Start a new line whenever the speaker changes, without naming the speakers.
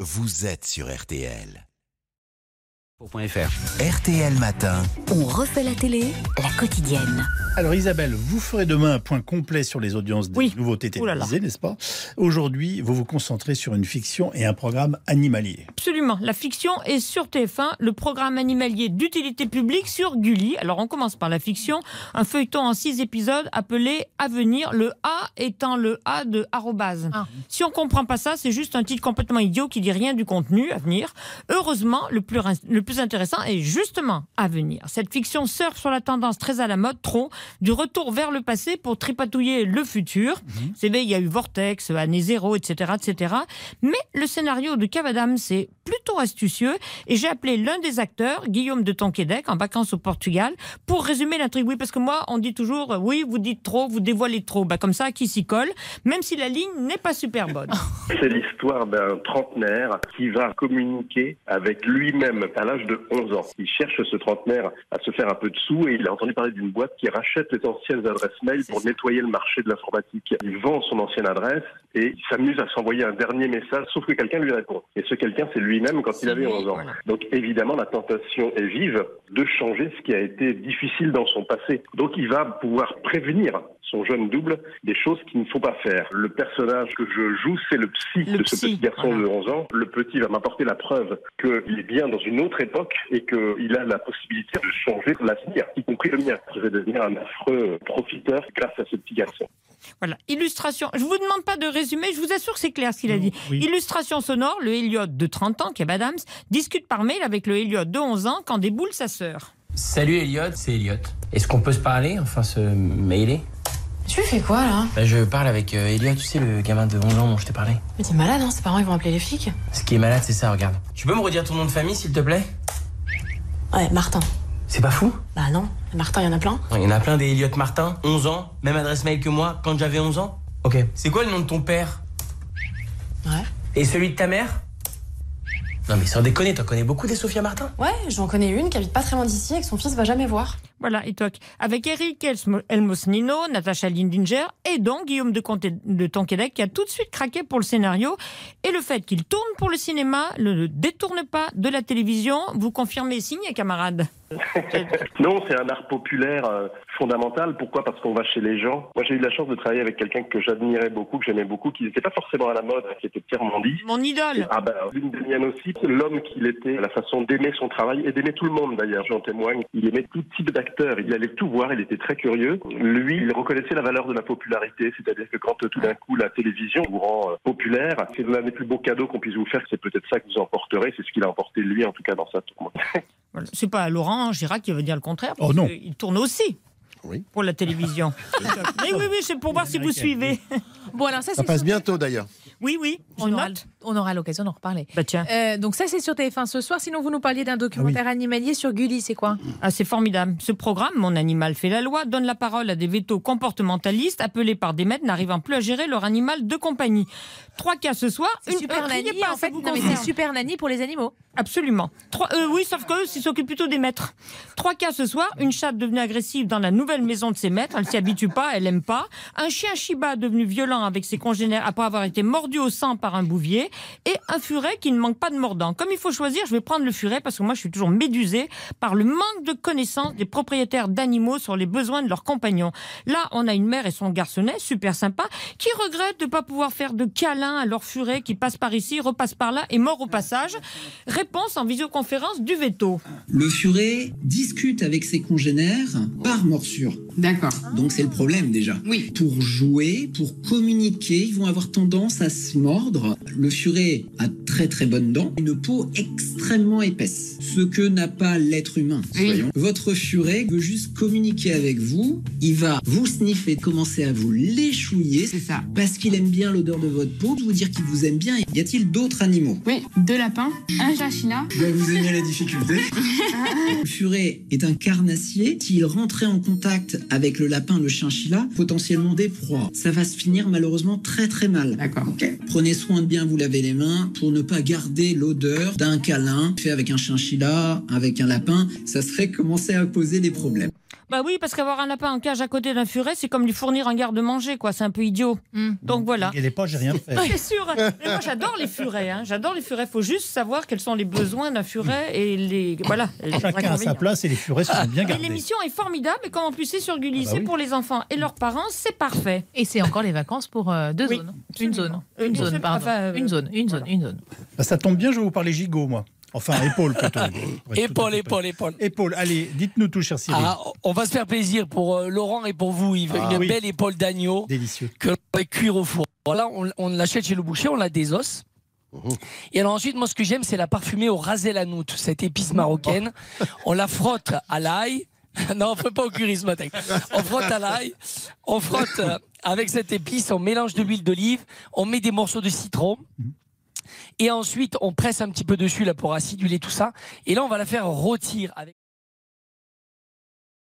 vous êtes sur RTL.
Pour.fr.
RTL Matin.
On refait la télé, la quotidienne.
Alors Isabelle, vous ferez demain un point complet sur les audiences des
Oui.
nouveautés
Ouh là là.
télévisées, n'est-ce pas Aujourd'hui, vous vous concentrez sur une fiction et un programme animalier.
Absolument. La fiction est sur TF1, le programme animalier d'utilité publique sur Gulli. Alors on commence par la fiction, un feuilleton en six épisodes appelé À venir, le A étant le A de arrobase. Si on comprend pas ça, c'est juste un titre complètement idiot qui dit rien du contenu à venir. Heureusement, le plus, rin- le plus intéressant est justement à venir. Cette fiction surfe sur la tendance très à la mode, trop, du retour vers le passé pour tripatouiller le futur. C'est vrai, il y a eu Vortex, Année Zéro, etc., etc. Mais le scénario de Cavadam, c'est plutôt astucieux et j'ai appelé l'un des acteurs, Guillaume de Tonquédec, en vacances au Portugal, pour résumer l'intrigue. Oui, parce que moi, on dit toujours, euh, oui, vous dites trop, vous dévoilez trop. Bah, comme ça, qui s'y colle, même si la ligne n'est pas super bonne.
C'est l'histoire d'un trentenaire qui va communiquer avec lui-même à l'âge de 11 ans. Il cherche ce trentenaire à se faire un peu de sous et il a entendu parler d'une boîte qui rachète les anciennes adresses mail pour nettoyer le marché de l'informatique. Il vend son ancienne adresse et il s'amuse à s'envoyer un dernier message sauf que quelqu'un lui répond. Et ce quelqu'un, c'est lui-même quand il avait 11 ans. Donc évidemment, la tentation est vive de changer ce qui a été difficile dans son passé. Donc il va pouvoir prévenir son jeune double des choses qu'il ne faut pas faire. Le personnage que je joue, c'est le psy
Le
de ce
psy,
petit garçon
voilà.
de 11 ans. Le petit va m'apporter la preuve qu'il est bien dans une autre époque et qu'il a la possibilité de changer l'avenir, y compris le mien. Je vais devenir un affreux profiteur grâce à ce petit garçon.
Voilà, illustration. Je vous demande pas de résumer, je vous assure que c'est clair ce qu'il a dit.
oui.
Illustration sonore, le Elliot de 30 ans, Kev Adams, discute par mail avec le Elliot de 11 ans quand déboule sa sœur.
Salut Elliot, c'est Elliot. Est-ce qu'on peut se parler, enfin se mailer
Tu fais quoi là
Bah, Je parle avec euh, Elliot, tu sais, le gamin de 11 ans dont je t'ai parlé.
Mais t'es malade, hein Ses parents ils vont appeler les flics.
Ce qui est malade, c'est ça, regarde. Tu peux me redire ton nom de famille, s'il te plaît
Ouais, Martin.
C'est pas fou
Bah non, Martin, il y en a plein.
Il y en a plein des Elliot Martin, 11 ans, même adresse mail que moi, quand j'avais 11 ans. Ok. C'est quoi le nom de ton père
Ouais.
Et celui de ta mère Non mais sans déconner, t'en connais beaucoup des Sophia Martin
Ouais, j'en connais une qui habite pas très loin d'ici et que son fils va jamais voir.
Voilà, et toc. Avec Eric Elsmo- Elmosnino, Natacha Lindinger et donc Guillaume de, Conté, de Tonquédec qui a tout de suite craqué pour le scénario. Et le fait qu'il tourne pour le cinéma ne le détourne pas de la télévision. Vous confirmez, signe, camarade
Non, c'est un art populaire euh, fondamental. Pourquoi Parce qu'on va chez les gens. Moi, j'ai eu la chance de travailler avec quelqu'un que j'admirais beaucoup, que j'aimais beaucoup, qui n'était pas forcément à la mode, hein, qui était Pierre Mandy.
Mon idole
Ah ben, l'une des miennes aussi, l'homme qu'il était, la façon d'aimer son travail et d'aimer tout le monde d'ailleurs, j'en témoigne. Il aimait tout type d'acteurs, il allait tout voir, il était très curieux. Lui, il reconnaissait la valeur de la popularité, c'est-à-dire que quand euh, tout d'un coup la télévision vous rend euh, populaire, c'est l'un des plus beaux cadeaux qu'on puisse vous faire, c'est peut-être ça que vous emporterez, c'est ce qu'il a emporté lui en tout cas dans sa tournée.
Voilà. C'est pas Laurent Girac qui veut dire le contraire.
Oh
parce
non.
que Il tourne aussi.
Oui.
Pour la télévision. Mais oui, oui, c'est pour voir si vous suivez.
Bon, alors ça,
Ça
c'est
passe
sur-
bientôt d'ailleurs.
Oui, oui, on
On aura,
note.
on aura l'occasion d'en reparler.
Bah tiens,
Euh, donc ça, c'est sur TF1 ce soir. Sinon, vous nous parliez d'un documentaire animalier sur Gulli, c'est quoi
ah, c'est formidable. Ce programme, Mon animal fait la loi, donne la parole à des vétos comportementalistes appelés par des maîtres n'arrivant plus à gérer leur animal de compagnie. Trois cas ce soir.
C'est
une-
super
euh, criez
nanny,
pas,
en fait.
ça vous
Non, mais
concerne.
c'est super nanny pour les animaux.
Absolument. Trois, euh, oui, sauf qu'eux ils s'occupent plutôt des maîtres. Trois cas ce soir. Une chatte devenue agressive dans la nouvelle maison de ses maîtres. Elle s'y habitue pas, elle aime pas. Un chien Shiba devenu violent avec ses congénères après avoir été mordu au sang par un bouvier. Et un furet qui ne manque pas de mordant. Comme il faut choisir, je vais prendre le furet parce que moi je suis toujours médusée par le manque de connaissance des propriétaires d'animaux sur les besoins de leurs compagnons. Là, on a une mère et son garçonnet, super sympa, qui regrette de ne pas pouvoir faire de câlin à leur furet qui passe par ici, repasse par là et mort au passage. Réponse en visioconférence du veto.
Le furet discute avec ses congénères par morsure.
D'accord.
Donc c'est le problème déjà.
Oui.
Pour jouer, pour communiquer, ils vont avoir tendance à se mordre. Le furet a très très bonnes dents, une peau extrêmement épaisse, ce que n'a pas l'être humain.
Oui.
soyons. Votre furet veut juste communiquer avec vous, il va vous sniffer, commencer à vous l'échouiller,
C'est ça.
parce qu'il aime bien l'odeur de votre peau, vous dire qu'il vous aime bien. Y a-t-il d'autres animaux
Oui, deux lapins, un chinchilla.
vous aimez la difficulté. le furet est un carnassier. S'il rentrait en contact avec le lapin, le chinchilla, potentiellement des proies. Ça va se finir malheureusement très très mal.
D'accord.
Prenez soin de bien vous laver les mains pour ne pas garder l'odeur d'un câlin fait avec un chinchilla, avec un lapin. Ça serait commencer à poser des problèmes.
Bah oui, parce qu'avoir un lapin en cage à côté d'un furet, c'est comme lui fournir un garde-manger, quoi. C'est un peu idiot.
Hmm.
Donc voilà.
Il n'est pas, j'ai rien fait.
C'est sûr. Mais moi, j'adore les furets. hein. J'adore les furets. Il faut juste savoir quels sont les besoins d'un furet et les. Voilà. les
Chacun à sa
inconvénients.
place et les furets sont bien
Mais
gardés.
l'émission est formidable et comme en plus c'est sur Gulli,
Ah bah
c'est
oui.
pour les enfants et leurs parents, c'est parfait.
Et c'est encore les vacances pour euh, deux
Oui,
zones. Une
absolument.
zone.
Une
Une
seule-
zone, pardon.
enfin, euh,
Une zone, une zone, une zone.
Bah, ça tombe bien, je vais vous parler gigot, moi. Enfin, épaule plutôt. Pour être tout à
Épaule,
fait
épaule, épaule.
prêt. Épaule, allez, dites-nous tout, cher Cyril.
Ah, on va se faire plaisir pour euh, Laurent et pour vous, Yves.
Ah,
Une
oui.
belle épaule d'agneau
Délicieux.
que l'on fait cuire au four. Voilà, on, on l'achète chez le boucher, on la désosse. Et alors ensuite, moi ce que j'aime, c'est la parfumer au rasé lanout, cette épice marocaine. On la frotte à l'ail. Non, on ne fait pas au curry ce matin. On frotte à l'ail, on frotte euh, avec cette épice, on mélange de l'huile d'olive, on met des morceaux de citron. Et ensuite, on presse un petit peu dessus là, pour aciduler tout ça. Et là, on va la faire rôtir avec.